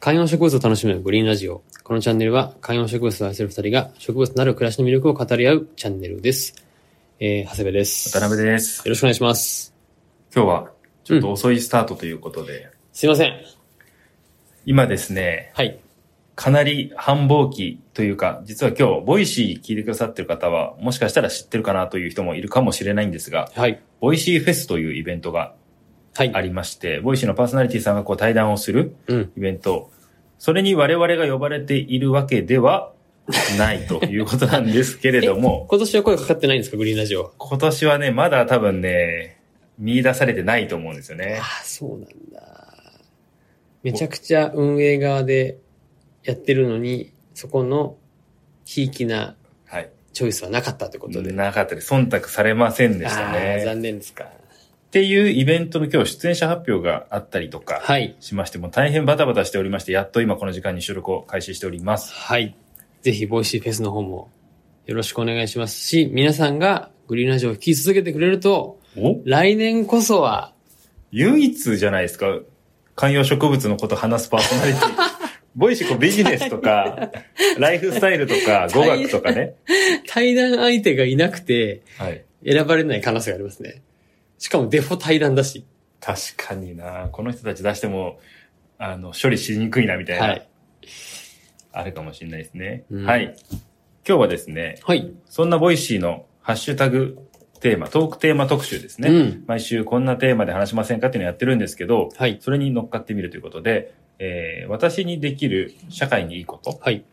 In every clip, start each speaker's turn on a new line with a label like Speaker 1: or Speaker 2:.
Speaker 1: 観葉植物を楽しむグリーンラジオ。このチャンネルは観葉植物を愛する二人が植物なる暮らしの魅力を語り合うチャンネルです。えー、長谷部です。
Speaker 2: 渡辺
Speaker 1: よ
Speaker 2: です。
Speaker 1: ろしくお願いします。
Speaker 2: 今日はちょっと遅いスタートということで、
Speaker 1: すいません。
Speaker 2: 今ですね、
Speaker 1: はい。
Speaker 2: かなり繁忙期というか、実は今日、ボイシー聞いてくださってる方は、もしかしたら知ってるかなという人もいるかもしれないんですが、
Speaker 1: はい。
Speaker 2: ボイシーフェスというイベントが
Speaker 1: はい。
Speaker 2: ありまして、ボイシーのパーソナリティさんがこう対談をする
Speaker 1: うん。、
Speaker 2: イベント、それに我々が呼ばれているわけではないということなんですけれども
Speaker 1: 今年は声かかってないんですか、グリーンラジオは。
Speaker 2: 今年はね、まだ多分ね、見出されてないと思うんですよね。
Speaker 1: ああ、そうなんだ。めちゃくちゃ運営側でやってるのに、そこの、ひいきな
Speaker 2: はい。
Speaker 1: チョイスはなかったってことで。
Speaker 2: なかったです。忖度されませんでした
Speaker 1: あー
Speaker 2: ね。っ
Speaker 1: 残念ですか。
Speaker 2: ていうイベントの今日出演者発表があったりとか
Speaker 1: はい。
Speaker 2: しまして、もう大変バタバタしておりまして、やっと今この時間に収録を開始しております。
Speaker 1: はい。ぜひ、ボイシーフェスの方もよろしくお願いしますし、皆さんがグリーンラジオを聞き続けてくれると、
Speaker 2: お
Speaker 1: 来年こそは、
Speaker 2: 唯一じゃないですか。観葉植物のこと話すパーソナリ ティ。ボイシーこうビジネスとか、ライフスタイルとか、語学とかね。
Speaker 1: 対談相手がいなくて、
Speaker 2: はい。
Speaker 1: 選ばれない可能性がありますね。しかも、デフォ対談だし。
Speaker 2: 確かになこの人たち出しても、あの、処理しにくいなみたいな、
Speaker 1: はい。
Speaker 2: あるかもしれないですね。
Speaker 1: うん
Speaker 2: はい。今日はですね、
Speaker 1: はい。
Speaker 2: そんなボイシーのハッシュタグテーマ、トークテーマ特集ですね。
Speaker 1: うん
Speaker 2: 毎週こんなテーマで話しませんかっていうのをやってるんですけど、
Speaker 1: はい。
Speaker 2: それに乗っかってみるということで、えー私にできる社会にいいこと
Speaker 1: はい。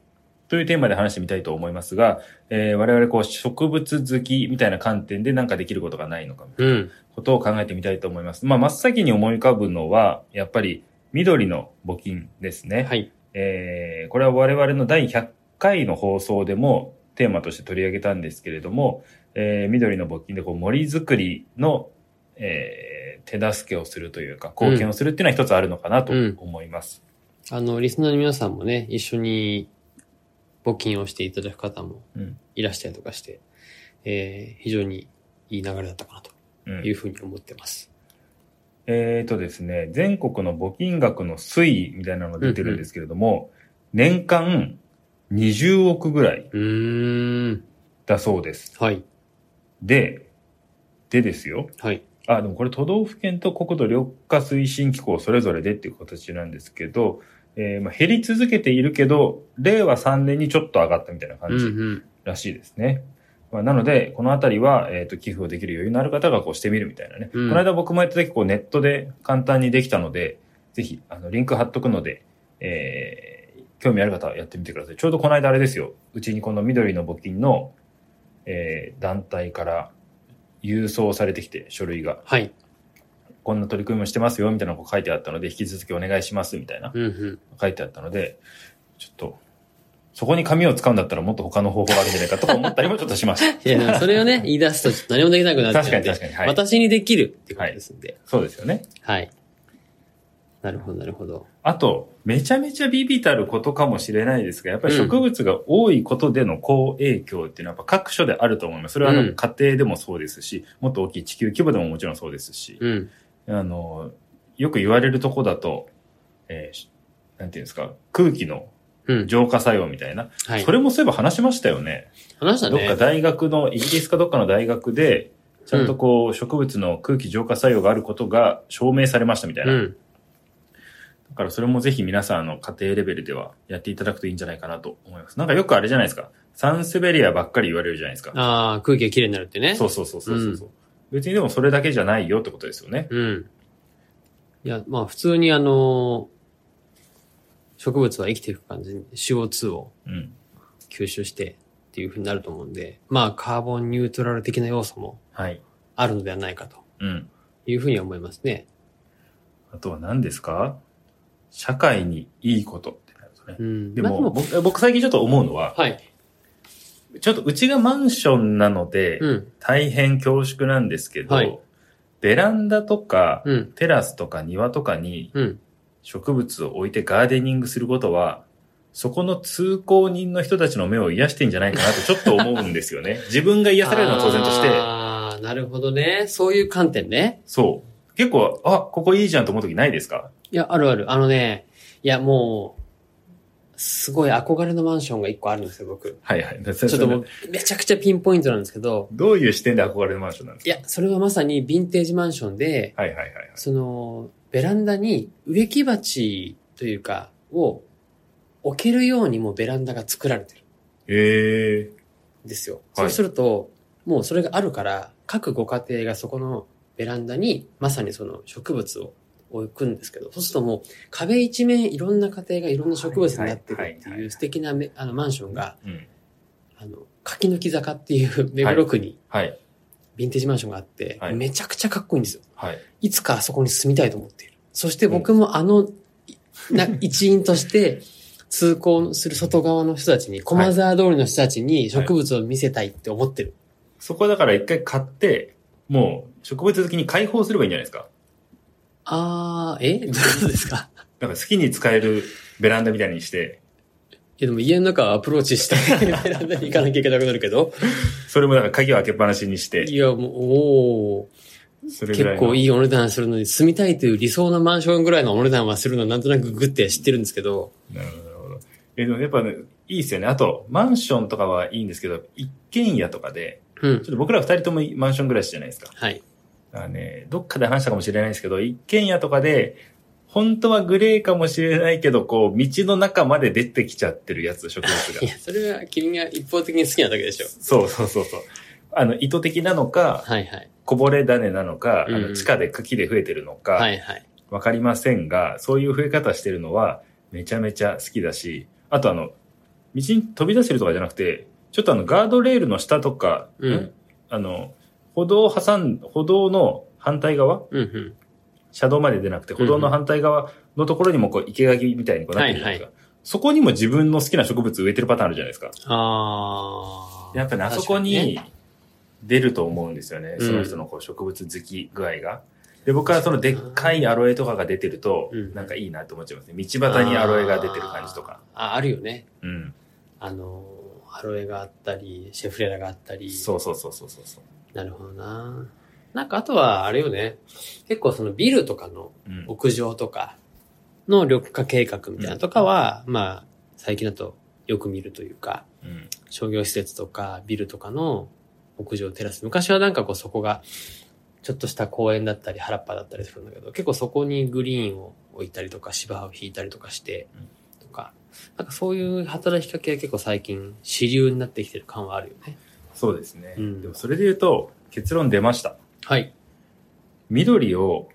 Speaker 2: というテーマで話してみたいと思いますが、えー我々こう植物好きみたいな観点で何かできることがないのかみたいな
Speaker 1: うん。
Speaker 2: ことを考えてみたいと思います。まあ、真っ先に思い浮かぶのは、やっぱり緑の募金ですね。
Speaker 1: はい。
Speaker 2: えーこれは我々の第100回の放送でもテーマとして取り上げたんですけれども、えー緑の募金でこう森づくりの、えー手助けをするというか、貢献をするっていうのは一つあるのかなと
Speaker 1: うん
Speaker 2: 思います。
Speaker 1: あの、リスナーの皆さんもね、一緒に募金をしていただく方も
Speaker 2: うん
Speaker 1: いらしたりとかして、えー非常にいい流れだったかなと
Speaker 2: うん
Speaker 1: いうふうに思ってます。
Speaker 2: えっ、とですね、全国の募金額の推移みたいなのが出てるんですけれども、年間20億ぐらいう
Speaker 1: ーん。
Speaker 2: だそうです。
Speaker 1: はい。
Speaker 2: で、でですよ。
Speaker 1: はい。
Speaker 2: あ、でもこれ都道府県と国土緑化推進機構それぞれでっていう形なんですけど、えーまあ、減り続けているけど、令和3年にちょっと上がったみたいな
Speaker 1: う
Speaker 2: 感
Speaker 1: んう
Speaker 2: じ
Speaker 1: ん。
Speaker 2: らしいですね。まあ、なので、このあたりは、えっ、と、寄付をできる余裕のある方がこうしてみるみたいなね。
Speaker 1: うん
Speaker 2: この間僕もやった時、こうネットで簡単にできたので、ぜひ、あの、リンク貼っとくので、えー興味ある方はやってみてください。ちょうどこの間あれですよ。うちにこの緑の募金の、えー団体から郵送されてきて、書類が。
Speaker 1: はい。
Speaker 2: こんな取り組みをしてますよ、みたいなのが書いてあったので、引き続きお願いします、みたいな
Speaker 1: うんうん。
Speaker 2: 書いてあったので、ちょっと、そこに紙を使うんだったらもっと他の方法があるんじゃないかとか思ったりもちょっとしまし
Speaker 1: いや、でもそれをね、言い出すとちょっと何もできなくな
Speaker 2: た。
Speaker 1: っちゃう
Speaker 2: 確
Speaker 1: んで。
Speaker 2: かに確かに。はい。
Speaker 1: 私にできるってことですんで。
Speaker 2: そうですよね。
Speaker 1: はい。なるほど、なるほど。
Speaker 2: あと、めちゃめちゃビビたることかもしれないですが、やっぱり植物が多いことでの好影響っていうのはやっぱ各所であると思います。それはあ
Speaker 1: う
Speaker 2: の
Speaker 1: ん
Speaker 2: 家庭でもそうですし、もっと大きい地球規模でももちろんそうですし、
Speaker 1: うん。
Speaker 2: あの、よく言われるとこだと、えーなんていうんですか、空気の
Speaker 1: うん。
Speaker 2: 浄化作用みたいな、
Speaker 1: はい
Speaker 2: そ。れもそういえば話しましたよね。
Speaker 1: 話した
Speaker 2: どっか
Speaker 1: ね。
Speaker 2: 大学の、イギリスかどっかの大学で、ちゃんとこう、植物の空気浄化作用があることが証明されましたみたいうな。
Speaker 1: ん。
Speaker 2: だからそれもぜひ皆さん、あの、家庭レベルではやっていただくといいんじゃないかなと思います。なんかよくあれじゃないですか。サンスベリアばっかり言われるじゃないですか。
Speaker 1: ああ、空気がきれいになるってね。
Speaker 2: そうそうそうそうそうそう。別にでもそれだけじゃないよってことですよね。
Speaker 1: うん。いや、まあ普通にあの、植物は生きていく感じに CO2 を
Speaker 2: うん。
Speaker 1: 吸収してっていうふうになると思うんで、まあカーボンニュートラル的な要素も
Speaker 2: はい。
Speaker 1: あるのではないかと
Speaker 2: うん。
Speaker 1: いうふうには思いますね。
Speaker 2: あとは何ですか社会にいいことってなるとね。
Speaker 1: うん。
Speaker 2: で
Speaker 1: まあ
Speaker 2: も、僕僕最近ちょっと思うのは、
Speaker 1: はい。
Speaker 2: ちょっとうちがマンションなので、
Speaker 1: うん。
Speaker 2: 大変恐縮なんですけど、
Speaker 1: はい
Speaker 2: ベランダとか、
Speaker 1: うん。
Speaker 2: テラスとか庭とかに
Speaker 1: うん。
Speaker 2: 植物を置いてガーデニングすることは、そこの通行人の人たちの目を癒してんじゃないかなとちょっと思うんですよ ね。自分が癒されるのは当然として、
Speaker 1: ああ、なるほどね。そういう観点ね。
Speaker 2: そう。結構、あ、ここいいじゃんと思う時ないですか
Speaker 1: いや、あるある。あのね、いやもう、すごい憧れのマンションが一個あるんですよ、僕。
Speaker 2: はいはい。ち
Speaker 1: ちょっともう、めちゃくちゃピンポイントなんですけど、
Speaker 2: どういう視点で憧れのマンションなんです
Speaker 1: いや、それはまさにヴィンテージマンションで、
Speaker 2: かはいはいはいはい。
Speaker 1: その、ベランダに植木鉢というか、を置けるようにもうベランダが作られてる
Speaker 2: ええ
Speaker 1: んですよ。
Speaker 2: は
Speaker 1: そ
Speaker 2: い
Speaker 1: うすると、もうそれがあるから、各ご家庭がそこのベランダに、まさにその植物を置くんですけど、そうするともう壁一面いろんな家庭がいろんな植物になってるって
Speaker 2: はいはいはい
Speaker 1: い
Speaker 2: はいう
Speaker 1: 素敵なめあのマンションが、
Speaker 2: うん。
Speaker 1: あの、柿の木坂っていう 目黒区に
Speaker 2: はい。
Speaker 1: ヴィンテージマンションがあって、
Speaker 2: はい
Speaker 1: めちゃくちゃかっこいいんですよ。
Speaker 2: はい。
Speaker 1: いつかあそこに住みたいと思っている。そして僕もあの、な 一員として、通行する外側の人たちに、駒沢通りの人たちに植物を見せたいって思ってる。
Speaker 2: そこだから一回買って、もう植物好きに解放すればいいんじゃないですか。
Speaker 1: あー、え どういうことですか
Speaker 2: なんか好きに使えるベランダみたいにして、
Speaker 1: いやでも家の中はアプローチしたい。ベランダに行かなきゃいけなくなるけど。
Speaker 2: それもなんか鍵を開けっぱなしにして、
Speaker 1: いや、もう、お
Speaker 2: そ
Speaker 1: ー
Speaker 2: れぐらい
Speaker 1: 結
Speaker 2: の。
Speaker 1: 構い
Speaker 2: い。
Speaker 1: いお値段するのに、住みたいという理想なマンションぐらいのお値段はするのはなんとなくグッて知ってるんですけど、
Speaker 2: なるほど、なるほど。え、でもやっぱね、いいですよね。あと、マンションとかはいいんですけど、一軒家とかで、
Speaker 1: うん
Speaker 2: ちょっ。と僕ら二人ともマンション暮らしじゃないですか。
Speaker 1: はい。
Speaker 2: だからね、どっかで話したかもしれないですけど、一軒家とかで、本当はグレーかもしれないけど、こう、道の中まで出てきちゃってるやつ、植物
Speaker 1: い
Speaker 2: が。
Speaker 1: や、それは君が一方的に好きなだけでしょ。
Speaker 2: そうそうそうそう。あの、意図的なのか、
Speaker 1: はいはい。
Speaker 2: こぼれ種なのか、あ
Speaker 1: う
Speaker 2: の
Speaker 1: ん
Speaker 2: 地下で茎で増えてるのか、
Speaker 1: はいはい。
Speaker 2: わかりませんが、そういう増え方してるのはめちゃめちゃ好きだし、あとあの、道に飛び出してるとかじゃなくて、ちょっとあの、ガードレールの下とか、
Speaker 1: うん
Speaker 2: あの、歩道を挟ん、歩道の反対側、
Speaker 1: うんうん。
Speaker 2: 車道まで出なくて、歩道の反対側のところにもこう、生垣みたいにこうなってるじゃないですか。そこにも自分の好きな植物植えてるパターンあるじゃないですか。
Speaker 1: ああ。
Speaker 2: やっぱね、あそこ
Speaker 1: 確
Speaker 2: に出ると思うんですよね。
Speaker 1: うん
Speaker 2: その人のこう植物好き具合が。で、僕はそのでっかいアロエとかが出てると
Speaker 1: うん、
Speaker 2: なんかいいなと思っちゃいますね。道
Speaker 1: かにね、
Speaker 2: 端にアロエが出てる感じとか。
Speaker 1: あー。あ、あるよね。
Speaker 2: うん。
Speaker 1: あのー、アロエがあったり、シェフレラがあったり。
Speaker 2: そうそうそうそうそうそう。
Speaker 1: なるほどな。なんかあとは、あれよね。結構そのビルとかの
Speaker 2: うん。
Speaker 1: 屋上とかの緑化計画みたいなのとかは、まあ、最近だとよく見るというか、
Speaker 2: うん
Speaker 1: 商業施設とかビルとかの屋上テラス。昔はなんかこうそこが、ちょっとした公園だったり原っぱだったりするんだけど、結構そこにグリーンを置いたりとか芝を引いたりとかして
Speaker 2: う
Speaker 1: と
Speaker 2: ん、
Speaker 1: か、なんかそういう働きかけは結構最近主流になってきてる感はあるよね。
Speaker 2: そうですね。
Speaker 1: うん
Speaker 2: でもそれで言うと、結論出ました。
Speaker 1: はい。
Speaker 2: 緑を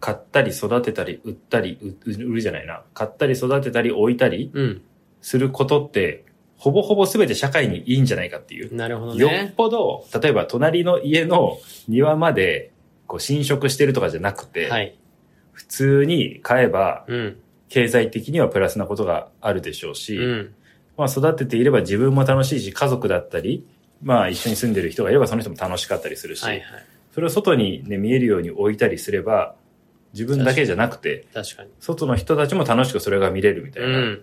Speaker 2: 買ったり育てたり売ったり、う売るじゃないな。買ったり育てたり置いたり
Speaker 1: うん。
Speaker 2: することって、ほぼほぼ全て社会にいいんじゃないかっていう。
Speaker 1: なるほど
Speaker 2: よっ
Speaker 1: ね。
Speaker 2: ぽど、例えば隣の家の庭までこう侵食してるとかじゃなくて、
Speaker 1: はい。
Speaker 2: 普通に買えば
Speaker 1: うん。
Speaker 2: 経済的にはプラスなことがあるでしょうし、
Speaker 1: うん。
Speaker 2: まあ育てていれば自分も楽しいし、家族だったり、まあ一緒に住んでる人がいればその人も楽しかったりするし、
Speaker 1: はいはい。
Speaker 2: それを外にね見えるように置いたりすれば、自分だけじゃなくて、
Speaker 1: 確かに。
Speaker 2: 外の人たちも楽しくそれが見れるみたいうな。
Speaker 1: ん。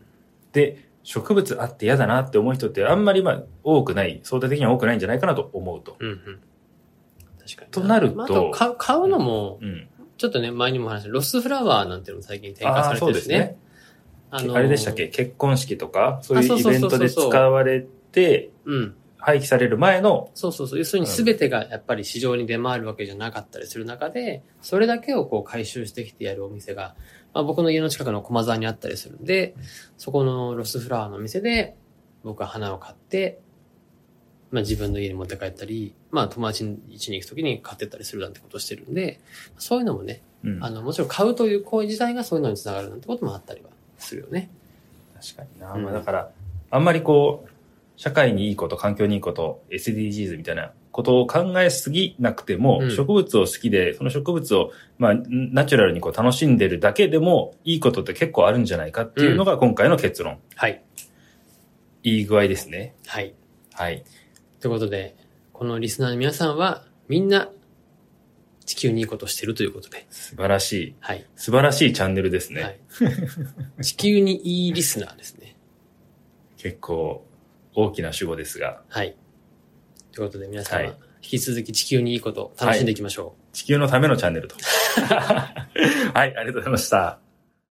Speaker 2: で、植物あって嫌だなって思う人ってあんまりまあ多くない、相対的には多くないんじゃないかなと思うと。
Speaker 1: うんうん。確かに。
Speaker 2: となると
Speaker 1: まああと買う買うのも、
Speaker 2: うん。
Speaker 1: ちょっとね、前にも話した、ロスフラワーなんていうのも最近展開されて
Speaker 2: あーそう
Speaker 1: る
Speaker 2: で
Speaker 1: し
Speaker 2: す
Speaker 1: ね
Speaker 2: ね。。
Speaker 1: あ
Speaker 2: あれでしたっけ結婚式とか、そうい
Speaker 1: そうう
Speaker 2: イ
Speaker 1: そう
Speaker 2: ベン
Speaker 1: そうそう
Speaker 2: トで使われて、
Speaker 1: うん。
Speaker 2: 廃棄される前の、
Speaker 1: そうそうそう。要するに全てがやっぱり市場に出回るわけじゃなかったりする中で、それだけをこう回収してきてやるお店が、まあ、僕の家の近くの駒沢にあったりするんで、そこのロスフラワーの店で、僕は花を買って、まあ自分の家に持って帰ったり、まあ友達に家に行くときに買ってったりするなんてことをしてるんで、そういうのもね、
Speaker 2: うん
Speaker 1: あ
Speaker 2: 確
Speaker 1: の、もちろん買うという行為自体がそういうのにつながるなんてこともあったりはするよね。
Speaker 2: かにな。
Speaker 1: うん
Speaker 2: まあだから、あんまりこう、社会にいいこと、環境にいいこと、SDGs みたいなことを考えすぎなくても、
Speaker 1: うん
Speaker 2: 植物を好きで、その植物を、まあ、ナチュラルにこう楽しんでるだけでも、いいことって結構あるんじゃないかっていうのが今回の結論。
Speaker 1: はい。
Speaker 2: いい具合ですね。
Speaker 1: はい。
Speaker 2: はい。
Speaker 1: ということで、このリスナーの皆さんは、みんな、地球にいいことしてるということで。
Speaker 2: 素晴らしい、
Speaker 1: はい。
Speaker 2: 素晴らしいチャンネルですね。
Speaker 1: はい、 地球にいいリスナーですね。
Speaker 2: 結構、大きな主語ですが。
Speaker 1: はい。ということで、皆様、
Speaker 2: はい
Speaker 1: 引き続き地球にいいこと、楽しんでいきましょう。
Speaker 2: 地球のためのチャンネルと。はい、ありがとうございました。